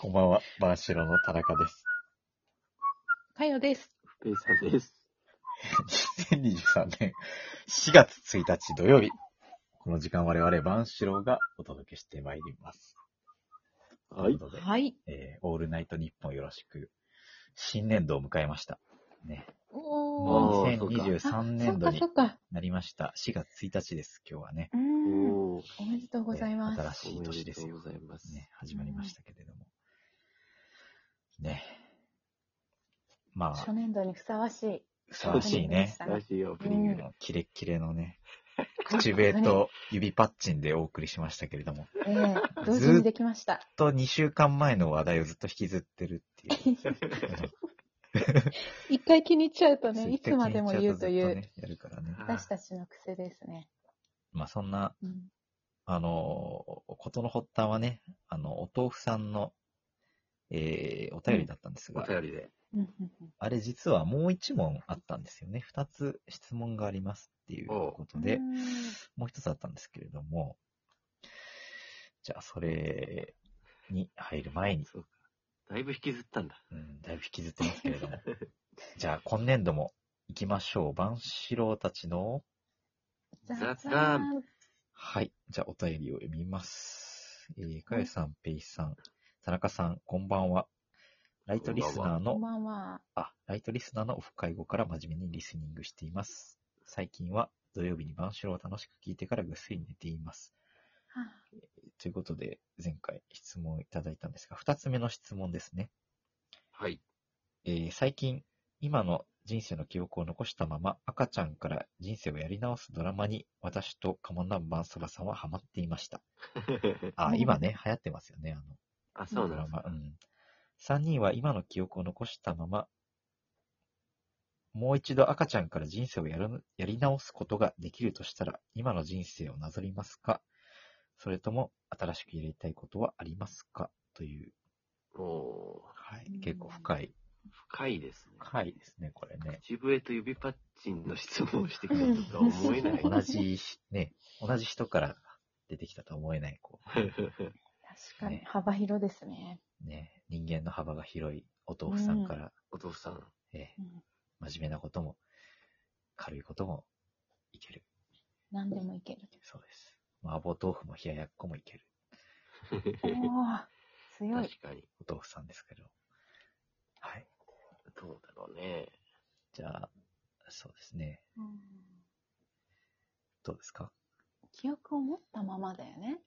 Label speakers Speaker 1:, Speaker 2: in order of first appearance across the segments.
Speaker 1: こんばんは、バーシロの田中です。
Speaker 2: かよです。
Speaker 3: ペーサーです。
Speaker 1: 2023年4月1日土曜日、この時間我々バンシローがお届けしてまいります。
Speaker 3: はい
Speaker 1: ということで、
Speaker 2: はい。
Speaker 1: えーオールナイト日本よろしく、新年度を迎えました。ね。
Speaker 2: おー。
Speaker 3: おーそうか
Speaker 2: あ
Speaker 1: 2023年度
Speaker 2: そっか
Speaker 1: に
Speaker 2: そっか。
Speaker 1: なりました。4月1日です、今日はね。
Speaker 2: うーん。お
Speaker 3: おー、
Speaker 2: めでとうございます。
Speaker 1: 新しい年です
Speaker 3: おめ
Speaker 1: よ
Speaker 3: でとう。ございます。
Speaker 1: ね、始まりましたけれども。ね。ま
Speaker 2: 初
Speaker 1: あ、
Speaker 2: 年度にふさわしい。
Speaker 1: ふさわしいね。
Speaker 3: 新しいオープニン
Speaker 2: う
Speaker 3: グ。
Speaker 1: あのキレッキレの ね、口笛と指パッチンでお送りしましたけれども、
Speaker 2: ええ同時にできました。
Speaker 1: と2週間前の話題をずっと引きずってるっていう。
Speaker 2: 一回気に入っちゃうと
Speaker 1: そう
Speaker 2: ね、いつまでも言うとい
Speaker 1: ずっ
Speaker 2: う、
Speaker 1: ねやるからね。
Speaker 2: 私たちの癖ですね。
Speaker 1: まあそんな、
Speaker 2: うん
Speaker 1: あのー、ことの発端はね、あの、お豆腐さんの、えー、お便りだったんです
Speaker 3: お
Speaker 1: が、
Speaker 3: 便りで。
Speaker 2: うんうんうん
Speaker 1: あれ実はもう一問あったんですよね。二つ質問がありますっていうことで、
Speaker 2: うーん
Speaker 1: もう一つあったんですけれども、じゃあ、それに入る前に、
Speaker 3: そうか。だいぶ引きずったんだ。
Speaker 1: うん、だいぶ引きずってますけれども、じゃあ、今年度も行きましょう。万四郎たちの、
Speaker 2: 雑
Speaker 3: 雑
Speaker 2: 談
Speaker 3: 談。
Speaker 1: はい、じゃあ、お便りを読みます。えー、かよさん、ぺいさん、田中さん、こんばんは。ライトリスナー
Speaker 2: こ
Speaker 1: の
Speaker 2: んばんは。
Speaker 1: あ、ライトリスナーのオフ会後から真面目にリスニングしています。最近は土曜日に晩ロを楽しく聞いてからぐっすり寝ています。
Speaker 2: あ
Speaker 1: ということで、前回質問をいただいたんですが、二つ目の質問ですね。
Speaker 3: はい。
Speaker 1: えー最近、今の人生の記憶を残したまま、赤ちゃんから人生をやり直すドラマに、私とカモンナンバンソバさんはハマっていました。あ、今ね、流行ってますよね、あの、
Speaker 3: あ、そう
Speaker 1: ド
Speaker 3: な
Speaker 1: ラ
Speaker 3: んだ。
Speaker 1: マ。うん。3人は今の記憶を残したまま、もう一度赤ちゃんから人生をやるやり直すことができるとしたら、今の人生をなぞりますかそれとも、新しくやりたいことはありますかという、
Speaker 3: おー、
Speaker 1: は
Speaker 2: う
Speaker 1: い
Speaker 2: ん、
Speaker 1: 結構深い、
Speaker 3: 深いですね。
Speaker 1: 深いですね、これね。
Speaker 3: 口笛と指パッチンの質問をしてくれるとは思えない。
Speaker 1: 同じし、ね、同じ人から出てきたと思えない、こ
Speaker 2: 確かに
Speaker 1: ね
Speaker 2: 幅広ですね。
Speaker 1: う、ね、人間の幅が広いお豆腐さんから、
Speaker 3: お父さん。
Speaker 1: え
Speaker 2: う
Speaker 1: え
Speaker 2: ん
Speaker 1: 真面目なことも、軽いことも、いける。
Speaker 2: 何でもいける。
Speaker 1: そうです。麻婆豆腐も冷ややっこもいける。
Speaker 2: おー、強い。
Speaker 3: 確かに。
Speaker 1: お豆腐さんですけど。はい。
Speaker 3: どうだろうね。
Speaker 1: じゃあ、そうですね。
Speaker 2: うん
Speaker 1: どうですか
Speaker 2: 記憶を持ったままだよね。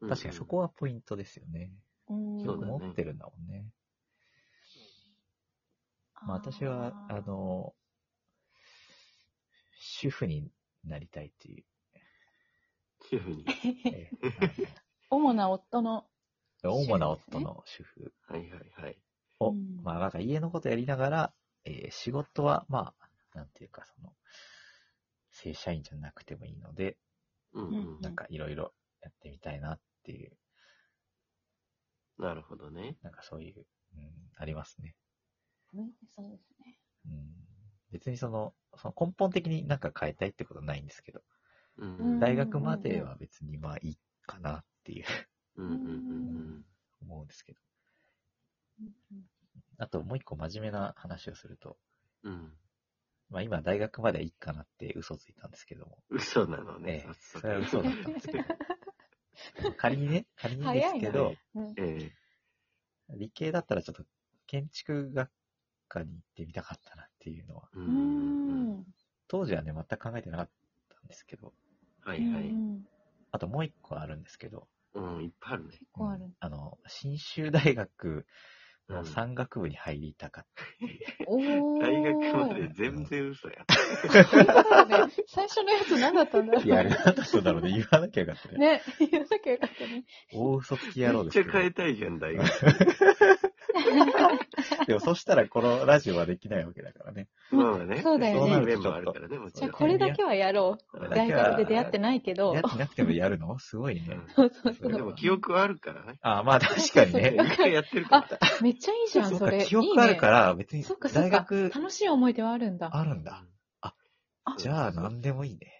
Speaker 1: 確かにそこはポイントですよね。
Speaker 2: うん
Speaker 1: 記
Speaker 3: そうだ
Speaker 1: 憶
Speaker 3: ね
Speaker 1: 持ってるんだもんね。まあ私は、
Speaker 2: ー
Speaker 1: あ の、主婦になりたいっていう。
Speaker 3: うん。いうふうに。
Speaker 1: え え
Speaker 2: 主な夫の、
Speaker 1: あの主な夫の主婦
Speaker 3: はいはいはい。
Speaker 1: を、
Speaker 2: うん
Speaker 1: まあなんか家のことやりながら、えー仕事はまあ、なんていうかその、正社員じゃなくてもいいので、
Speaker 3: うんう
Speaker 2: うん
Speaker 3: ん。
Speaker 1: なんかいろいろやってみたいなっていう、
Speaker 3: なるほどね。
Speaker 1: なんかそういう、うん、ありますね。
Speaker 2: そうですね。
Speaker 1: うん、別にその、その根本的になんか変えたいってことはないんですけど、
Speaker 3: うん
Speaker 2: うん
Speaker 1: 大学までは別にまあいいかなっていう
Speaker 3: うんうんうん
Speaker 1: 思うんですけど。あともう一個真面目な話をすると、
Speaker 3: うん。うん。
Speaker 1: まあ今大学まではいいかなって嘘ついたんですけども、
Speaker 3: 嘘なの
Speaker 1: え
Speaker 3: ね。
Speaker 1: え、
Speaker 3: 早速
Speaker 1: それは嘘 だったんです けど、仮にね、仮にですけ
Speaker 2: 早
Speaker 1: ど、
Speaker 2: うん
Speaker 3: え
Speaker 1: 理系だったらちょっと建築学科に行ってみたかったなっていうのは、
Speaker 3: えう。
Speaker 2: うんん。
Speaker 1: 当時はね、全く考えてなかったんですけど、
Speaker 3: はいは
Speaker 2: う
Speaker 3: い。
Speaker 2: ん
Speaker 1: あともう一個あるんですけど、
Speaker 3: うん、いっぱいあるね。
Speaker 2: 結構ある
Speaker 1: うん。あの、新州大学
Speaker 3: う
Speaker 1: の
Speaker 3: ん
Speaker 1: 山岳部に入りたかった。
Speaker 2: おー。
Speaker 3: 大学まで全然嘘や。
Speaker 2: 本当だよね。最初のやつ何だったんだろう。
Speaker 1: いや、あれ何だったんだろうね。言わなきゃよかったね。
Speaker 2: ね、言わなきゃよかったね。
Speaker 1: 大嘘つき
Speaker 3: め
Speaker 1: 野郎
Speaker 3: っ
Speaker 1: で
Speaker 3: ち
Speaker 1: す
Speaker 3: ゃ
Speaker 1: け
Speaker 3: 変えたいじゃん、大学。
Speaker 1: ど。でもそしたらこのラジオはできないわけだからね。
Speaker 3: まあ ね。
Speaker 2: そうだよね
Speaker 3: なるメンバーあるからね、もち
Speaker 2: じゃ
Speaker 3: ろ
Speaker 2: あ
Speaker 3: ん。
Speaker 2: これだけはやろ
Speaker 3: こ
Speaker 2: う。
Speaker 3: れだ
Speaker 2: 大
Speaker 3: けは
Speaker 2: 学で出会ってないけど
Speaker 1: や。ってなくてもやるのすごいね。
Speaker 2: そうそう
Speaker 3: うんで
Speaker 2: そう。
Speaker 3: も記憶はあるからね。
Speaker 1: あまあ確かに ね。
Speaker 3: 一回やってるから。
Speaker 2: めっちゃいいじゃん、
Speaker 1: う
Speaker 2: そ
Speaker 1: か、
Speaker 2: れ。
Speaker 1: 記憶あるか
Speaker 2: い
Speaker 1: ら別
Speaker 2: い
Speaker 1: に
Speaker 2: ね。そっかそっ
Speaker 1: 大
Speaker 2: か。
Speaker 1: 学
Speaker 2: 楽しい思い出はあるんだ。
Speaker 1: あるんだ。
Speaker 2: あ
Speaker 1: じゃあ
Speaker 3: なん
Speaker 1: 何でもいいね。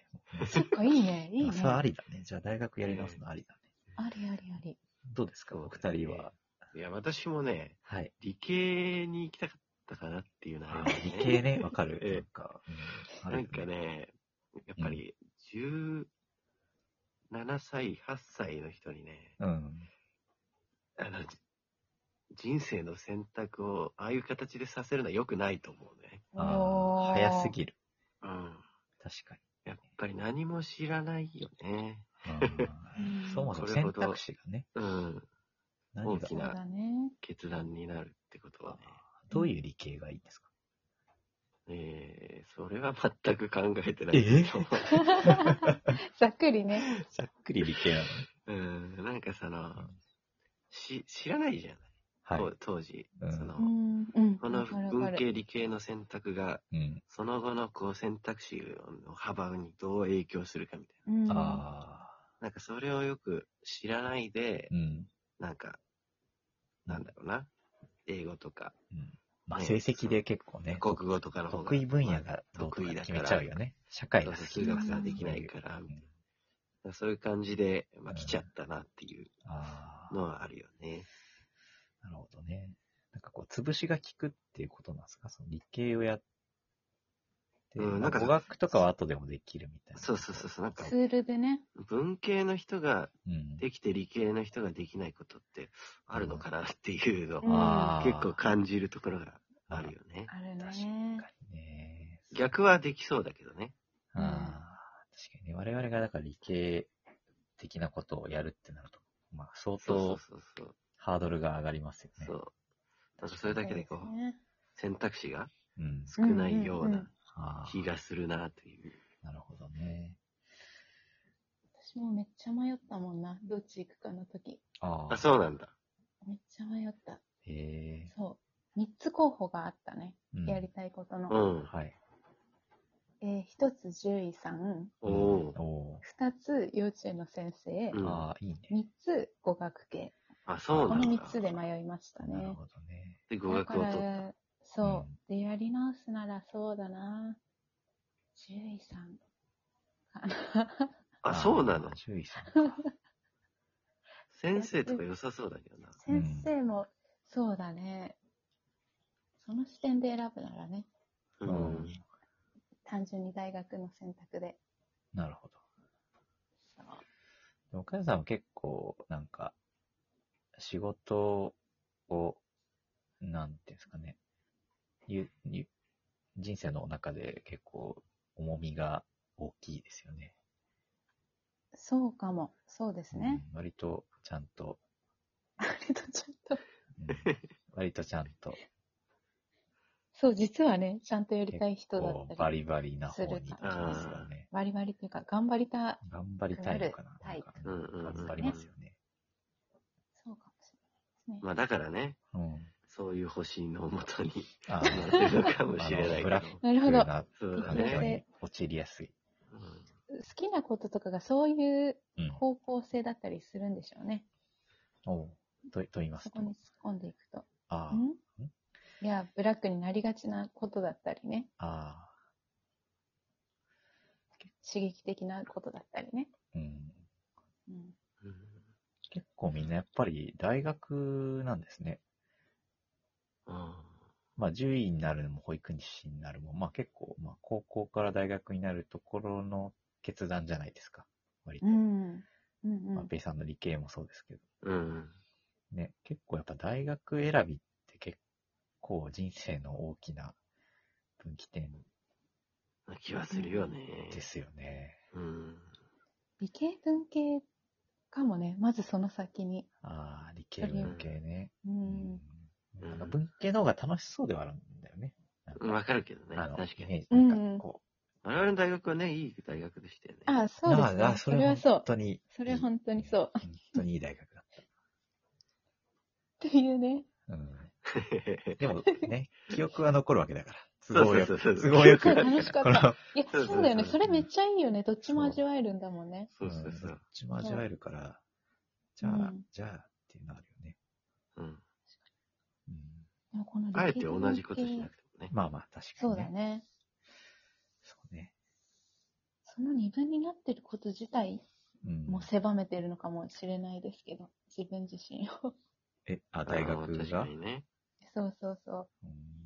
Speaker 2: そっか、いいね。いいね。
Speaker 1: それありだね。じゃあ大学やり直すのありだね。
Speaker 2: ありありあり。
Speaker 1: どうですかお二人は。
Speaker 3: えいや、私もね、
Speaker 1: はい。
Speaker 3: 理系に行きたかったかなっていうのはあります
Speaker 1: 理
Speaker 3: ね
Speaker 1: 系 ね、わかる。
Speaker 3: ええ
Speaker 1: なんか、うんあ
Speaker 3: な
Speaker 1: る
Speaker 3: ん
Speaker 1: よ
Speaker 3: かね、やっぱり、17歳、8歳の人にね、
Speaker 1: うん。
Speaker 3: あの、じ人生の選択を、ああいう形でさせるのは良くないと思うね。
Speaker 1: ああ、早すぎる。
Speaker 3: うん。
Speaker 1: 確か
Speaker 3: やっぱり何も知らないよね。
Speaker 1: に。あ
Speaker 2: う
Speaker 1: ー
Speaker 2: ん
Speaker 1: そもそも選択肢がね、
Speaker 3: うん。
Speaker 1: 何
Speaker 3: 大
Speaker 1: が
Speaker 3: き
Speaker 2: そう
Speaker 3: な
Speaker 2: だね。
Speaker 3: 決断になるってことはね。
Speaker 1: どういう理系がいいん ですか
Speaker 3: えー、それは全く考えてないけど。
Speaker 2: ざっくりね。
Speaker 1: ざっくり理系なのね。
Speaker 3: うん。なんかその
Speaker 1: うん、
Speaker 3: し、知らないじゃない。
Speaker 1: はい。
Speaker 3: 当当時。
Speaker 1: うん
Speaker 3: そうの、
Speaker 2: ん。うん。
Speaker 3: この
Speaker 2: わかるわか
Speaker 3: 文
Speaker 2: る
Speaker 3: 系理系の選択が、
Speaker 1: うん。
Speaker 3: その後のこう選択肢の幅にどう影響するかみたい
Speaker 2: うん
Speaker 1: ああ、
Speaker 3: な。なんかそれをよく知らないで
Speaker 1: う、ん。
Speaker 3: なんか、なんだろうな。英語とか、
Speaker 1: うんまあ、
Speaker 3: ね
Speaker 1: 成績で結構ね、
Speaker 3: 国語とかの方が
Speaker 1: 得意分野がどうと
Speaker 3: 得
Speaker 1: か
Speaker 3: 意だ
Speaker 1: 決
Speaker 3: か
Speaker 1: め
Speaker 3: ら、
Speaker 1: ちゃうよね。社会
Speaker 3: ど
Speaker 1: が
Speaker 3: う
Speaker 1: 好
Speaker 3: せ
Speaker 1: き
Speaker 3: 数
Speaker 1: だ
Speaker 3: 学ができないから、みたいなそういう感じで、まあ、来ちゃったなっていう
Speaker 1: ああ、
Speaker 3: のはあるよね。
Speaker 1: なるほどね。なんかこう、潰しが効くっていうことなんですかその理系をやって、
Speaker 3: うん
Speaker 1: まあ
Speaker 3: なんか
Speaker 1: 語学とかは後でもできるみたいな。
Speaker 3: そうそうそうそう、なんか
Speaker 2: ツ、ールでね。
Speaker 3: 文系の人が
Speaker 1: うん。
Speaker 3: できて理系の人ができないことってあるのかなっていうのを
Speaker 2: うん
Speaker 1: ああ、
Speaker 3: 結構感じるところがあるよね。
Speaker 2: ある
Speaker 1: 確
Speaker 2: ね。
Speaker 1: かにね。
Speaker 3: 逆はできそうだけどね。
Speaker 1: ああ、確かにね。我々がだから理系的なことをやるってなると、まあ、相
Speaker 3: そうそ
Speaker 1: 当
Speaker 3: うそうそう。
Speaker 1: ハードルが上がりますよね。
Speaker 3: そう。なんかそれだけでこ
Speaker 2: そう
Speaker 3: う、
Speaker 2: すね
Speaker 3: 選択肢が
Speaker 1: うん。
Speaker 3: 少ないよう
Speaker 2: うんうんう
Speaker 3: なん
Speaker 1: ああ
Speaker 3: 気がするなという。
Speaker 1: なるほどね。
Speaker 2: 私もめっちゃ迷ったもんな。どっち行くかの時。
Speaker 1: あ
Speaker 3: あ、そうなんだ。
Speaker 2: めっちゃ迷った。
Speaker 1: う。へえ。
Speaker 2: そう。三つ候補があったね。
Speaker 1: うん
Speaker 2: やりたいこと
Speaker 3: う
Speaker 2: の。
Speaker 3: ん。
Speaker 1: はい。
Speaker 2: えー一つ獣医さん、
Speaker 3: おおー。
Speaker 1: お
Speaker 2: 二つ幼稚園の先生、
Speaker 3: うん
Speaker 1: ー。ああ、いいね。
Speaker 2: 三つ語学系。
Speaker 3: あ、そう
Speaker 2: こ
Speaker 3: な
Speaker 2: の
Speaker 3: ん
Speaker 2: 三
Speaker 3: だ。
Speaker 2: つで迷いました
Speaker 1: なる
Speaker 2: ね。
Speaker 1: ほどね。
Speaker 3: で、語
Speaker 2: だ
Speaker 3: 学
Speaker 2: か
Speaker 3: を取った。
Speaker 2: ら、そう。で、やり直すならそうだな。獣医さんかな。
Speaker 3: あ、そうなの
Speaker 1: ー。注意さん。
Speaker 3: 先生とか良さそうだけどな。
Speaker 1: うん
Speaker 2: 先生も、そうだね。その視点で選ぶならね、
Speaker 3: う
Speaker 1: うん
Speaker 3: ん。
Speaker 2: 単純に大学の選択で。
Speaker 1: なるほど。
Speaker 2: そう
Speaker 1: でも、かよさんは結構、なんか、仕事を、なんていうんですかね、ゆゆ人生の中で結構、重みが大きいですよね。
Speaker 2: そうかも。そうですね。
Speaker 1: うん割と、ちゃんと、
Speaker 2: あれとちゃんと。
Speaker 1: うん割とちゃんと、
Speaker 2: そう、実はね、ちゃんとやりたい
Speaker 1: 結
Speaker 2: 人だっ
Speaker 1: 構
Speaker 2: たり。
Speaker 1: バリバリな方に行き
Speaker 2: する
Speaker 1: ますよね。
Speaker 2: バリバリっていうか、頑張りた、
Speaker 1: 頑張りたいのかな。
Speaker 2: 頑張る
Speaker 3: タイプうんうんうん
Speaker 1: 頑張りますよね。
Speaker 2: そうかもしれないですね。
Speaker 3: まあだからね、
Speaker 1: うん。
Speaker 3: そういう星の もとに
Speaker 1: あ
Speaker 3: なって るのかもしれな
Speaker 1: あ
Speaker 3: いけ
Speaker 1: のブラ
Speaker 3: ど
Speaker 1: ッ。ク
Speaker 2: なるほど。好
Speaker 1: な
Speaker 3: そうだ
Speaker 1: 環境
Speaker 3: ね。
Speaker 1: に陥りやすい。
Speaker 3: うん
Speaker 2: きなこととかがそういう
Speaker 1: うん。
Speaker 2: 方向性だったりするんでしょうね。
Speaker 1: おうと、と言います
Speaker 2: そ
Speaker 1: と
Speaker 2: こ。に突っ込んでいくと。
Speaker 1: あ
Speaker 2: んいや、ブラックになりがちなことだったりね。
Speaker 1: あ、あ
Speaker 2: 刺激的なことだったりね。
Speaker 1: あ、うん。
Speaker 2: うん、
Speaker 3: うん
Speaker 1: 結構みんなやっぱり大学なんですね。
Speaker 3: うん
Speaker 1: まあ、獣医になるのも保育士になるも、まあ結構、まあ高校から大学になるところの決断じゃないですか。割と。
Speaker 2: うん。うんうん
Speaker 1: まあ、ペイさんの理系もそうですけど。
Speaker 3: うん。
Speaker 1: ね、結構やっぱ大学選びって結構人生の大きな分岐点
Speaker 3: な気はするよね。
Speaker 1: ですよね。
Speaker 3: うん。
Speaker 2: 理系文系かもね。まずその先に。
Speaker 1: ああ、理系文系ね。
Speaker 2: う。
Speaker 1: うん
Speaker 3: うん
Speaker 1: なんか文系の方が楽しそうではあるんだよね。なんか
Speaker 3: わかるけどね。
Speaker 1: あの、
Speaker 3: 確
Speaker 1: イ
Speaker 3: かに。
Speaker 1: メージな
Speaker 2: うんうんん
Speaker 1: かこ
Speaker 3: 我々の大学はね、いい大学でしたよね。
Speaker 2: ああ、
Speaker 1: う。
Speaker 2: そうで
Speaker 1: な
Speaker 2: す
Speaker 1: あ
Speaker 2: ね。
Speaker 1: なあ
Speaker 2: それはそう
Speaker 1: 本。当に。
Speaker 2: それは本当にそう。
Speaker 1: 本当にいい大学だっ
Speaker 2: っていうね。
Speaker 1: た。うん。でもね、 記憶は残るわけだから。
Speaker 3: そ
Speaker 1: 都
Speaker 3: う
Speaker 1: 合
Speaker 3: そう
Speaker 1: よ
Speaker 3: そ
Speaker 1: く。
Speaker 3: うそう。
Speaker 1: 都合よ
Speaker 2: そう、
Speaker 1: く。
Speaker 2: 楽しかっ
Speaker 1: こ
Speaker 2: た。
Speaker 1: の、
Speaker 2: いや、
Speaker 3: そうそうそう
Speaker 2: そうだよね。それめっちゃいいよね。どっちも味わえるんだもんね。
Speaker 3: そうそう
Speaker 1: うん
Speaker 3: そ
Speaker 1: どっ
Speaker 3: う。
Speaker 1: ちも味わえるから、じゃあ、
Speaker 2: うん
Speaker 1: じゃあっていうのあるよね。
Speaker 3: うん。
Speaker 1: うん。
Speaker 2: でもこの理系
Speaker 3: あえて同じことしなくてもね。
Speaker 1: まあまあ、確かに、ね。
Speaker 2: そうだ。ね。
Speaker 1: そうね。
Speaker 2: その二分になってること自体
Speaker 1: うん。
Speaker 2: も狭めてるのかもしれないですけど、自分自身を。
Speaker 1: え、あ、大
Speaker 3: あ
Speaker 1: 学
Speaker 3: ー確
Speaker 1: が、
Speaker 3: かにね。
Speaker 2: そうそうそう。
Speaker 1: うん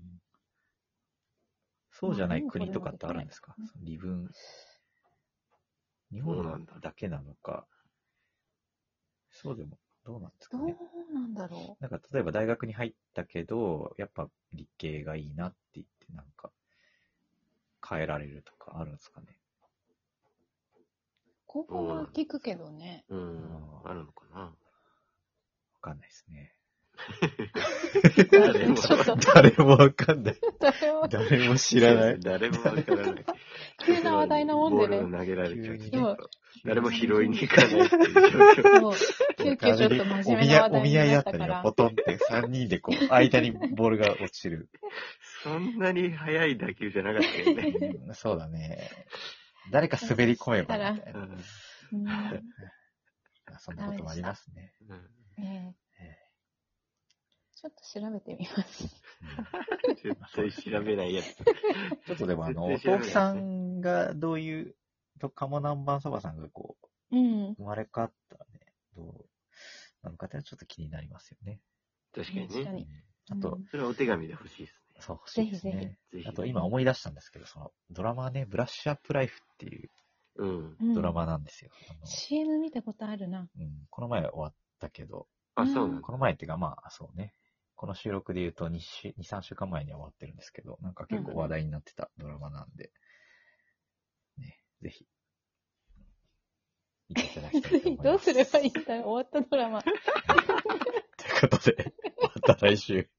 Speaker 1: そうじゃない
Speaker 2: まあ
Speaker 1: 国とかってあるんですか
Speaker 2: でもこれもできないです
Speaker 1: その理分。日
Speaker 3: そうな
Speaker 1: 本
Speaker 3: んだ
Speaker 1: だけなのか。そうでも、どうなんですか
Speaker 2: ど
Speaker 1: ね。
Speaker 2: うなんだろ
Speaker 1: なんか例えば大学に入ったけど、やっぱ理系がいいなって言って、なんか変えられるとかあるんですかね。
Speaker 2: う。高校は聞くけどね。
Speaker 3: うん
Speaker 1: あ。ー
Speaker 3: あるのかな
Speaker 1: わかんないです ね。
Speaker 3: 誰も
Speaker 2: ちょっと、
Speaker 1: 誰もわかんない。
Speaker 2: 誰も
Speaker 1: 誰も知らない。
Speaker 3: 誰もわからない。
Speaker 2: 急な話題なもんでね
Speaker 3: ボールを投げられちゃう
Speaker 1: 急に
Speaker 2: ね
Speaker 3: そう誰も拾いに行かないっていう状況。
Speaker 2: もう、急遽ちょっと真面目な話
Speaker 1: お
Speaker 2: 題
Speaker 1: 見
Speaker 2: に
Speaker 1: 合いだっ
Speaker 2: なったた
Speaker 1: り
Speaker 2: か
Speaker 1: よ
Speaker 2: ら。
Speaker 1: ポトンって3人でこう、間にボールが落ちる。
Speaker 3: そんなに速い打球じゃなかったよ ね。
Speaker 1: うんそうだね。誰か滑り込めばみたいう な。
Speaker 3: ん
Speaker 2: うん
Speaker 1: そんなこともありますね。
Speaker 3: うん
Speaker 2: ええ
Speaker 1: え
Speaker 2: ちょっと調べてみます。
Speaker 3: 絶対調べないやつ。
Speaker 1: えちょっとでもあの、
Speaker 3: 全然
Speaker 1: 豆腐
Speaker 3: 知ら
Speaker 1: さ
Speaker 3: ないです
Speaker 1: んがどういう、と、鴨南蛮そばさんがこ う、
Speaker 2: うん。
Speaker 1: 生まれ変わったらね、どうなのかってのはちょっと気になりますよね。
Speaker 3: 確かに
Speaker 2: 確か
Speaker 3: ね。
Speaker 2: に
Speaker 1: うんあと、
Speaker 2: うん
Speaker 3: それはお手紙で欲しいですね。
Speaker 1: そう、欲しいですね。
Speaker 2: ぜひぜ
Speaker 3: ぜひ。
Speaker 1: あと今思い出したんですけど、そのドラマはね、ブラッシュアップライフっていう
Speaker 3: うん。
Speaker 2: うん
Speaker 1: ドラマなんですよ。あの
Speaker 2: CM 見たことあるな。
Speaker 1: うん、この前終わったけど、
Speaker 3: あ、そうなんだ。
Speaker 1: この前っていうかまあそうね、この収録で言うと2週、2、3週間前には終わってるんですけど、なんか結構話題になってたドラマなんで、ね、ぜひ、見ていただきたいと 思います。
Speaker 2: どうすればいいん
Speaker 1: とい
Speaker 2: だ終わったドラマ。
Speaker 1: うことで、また来週。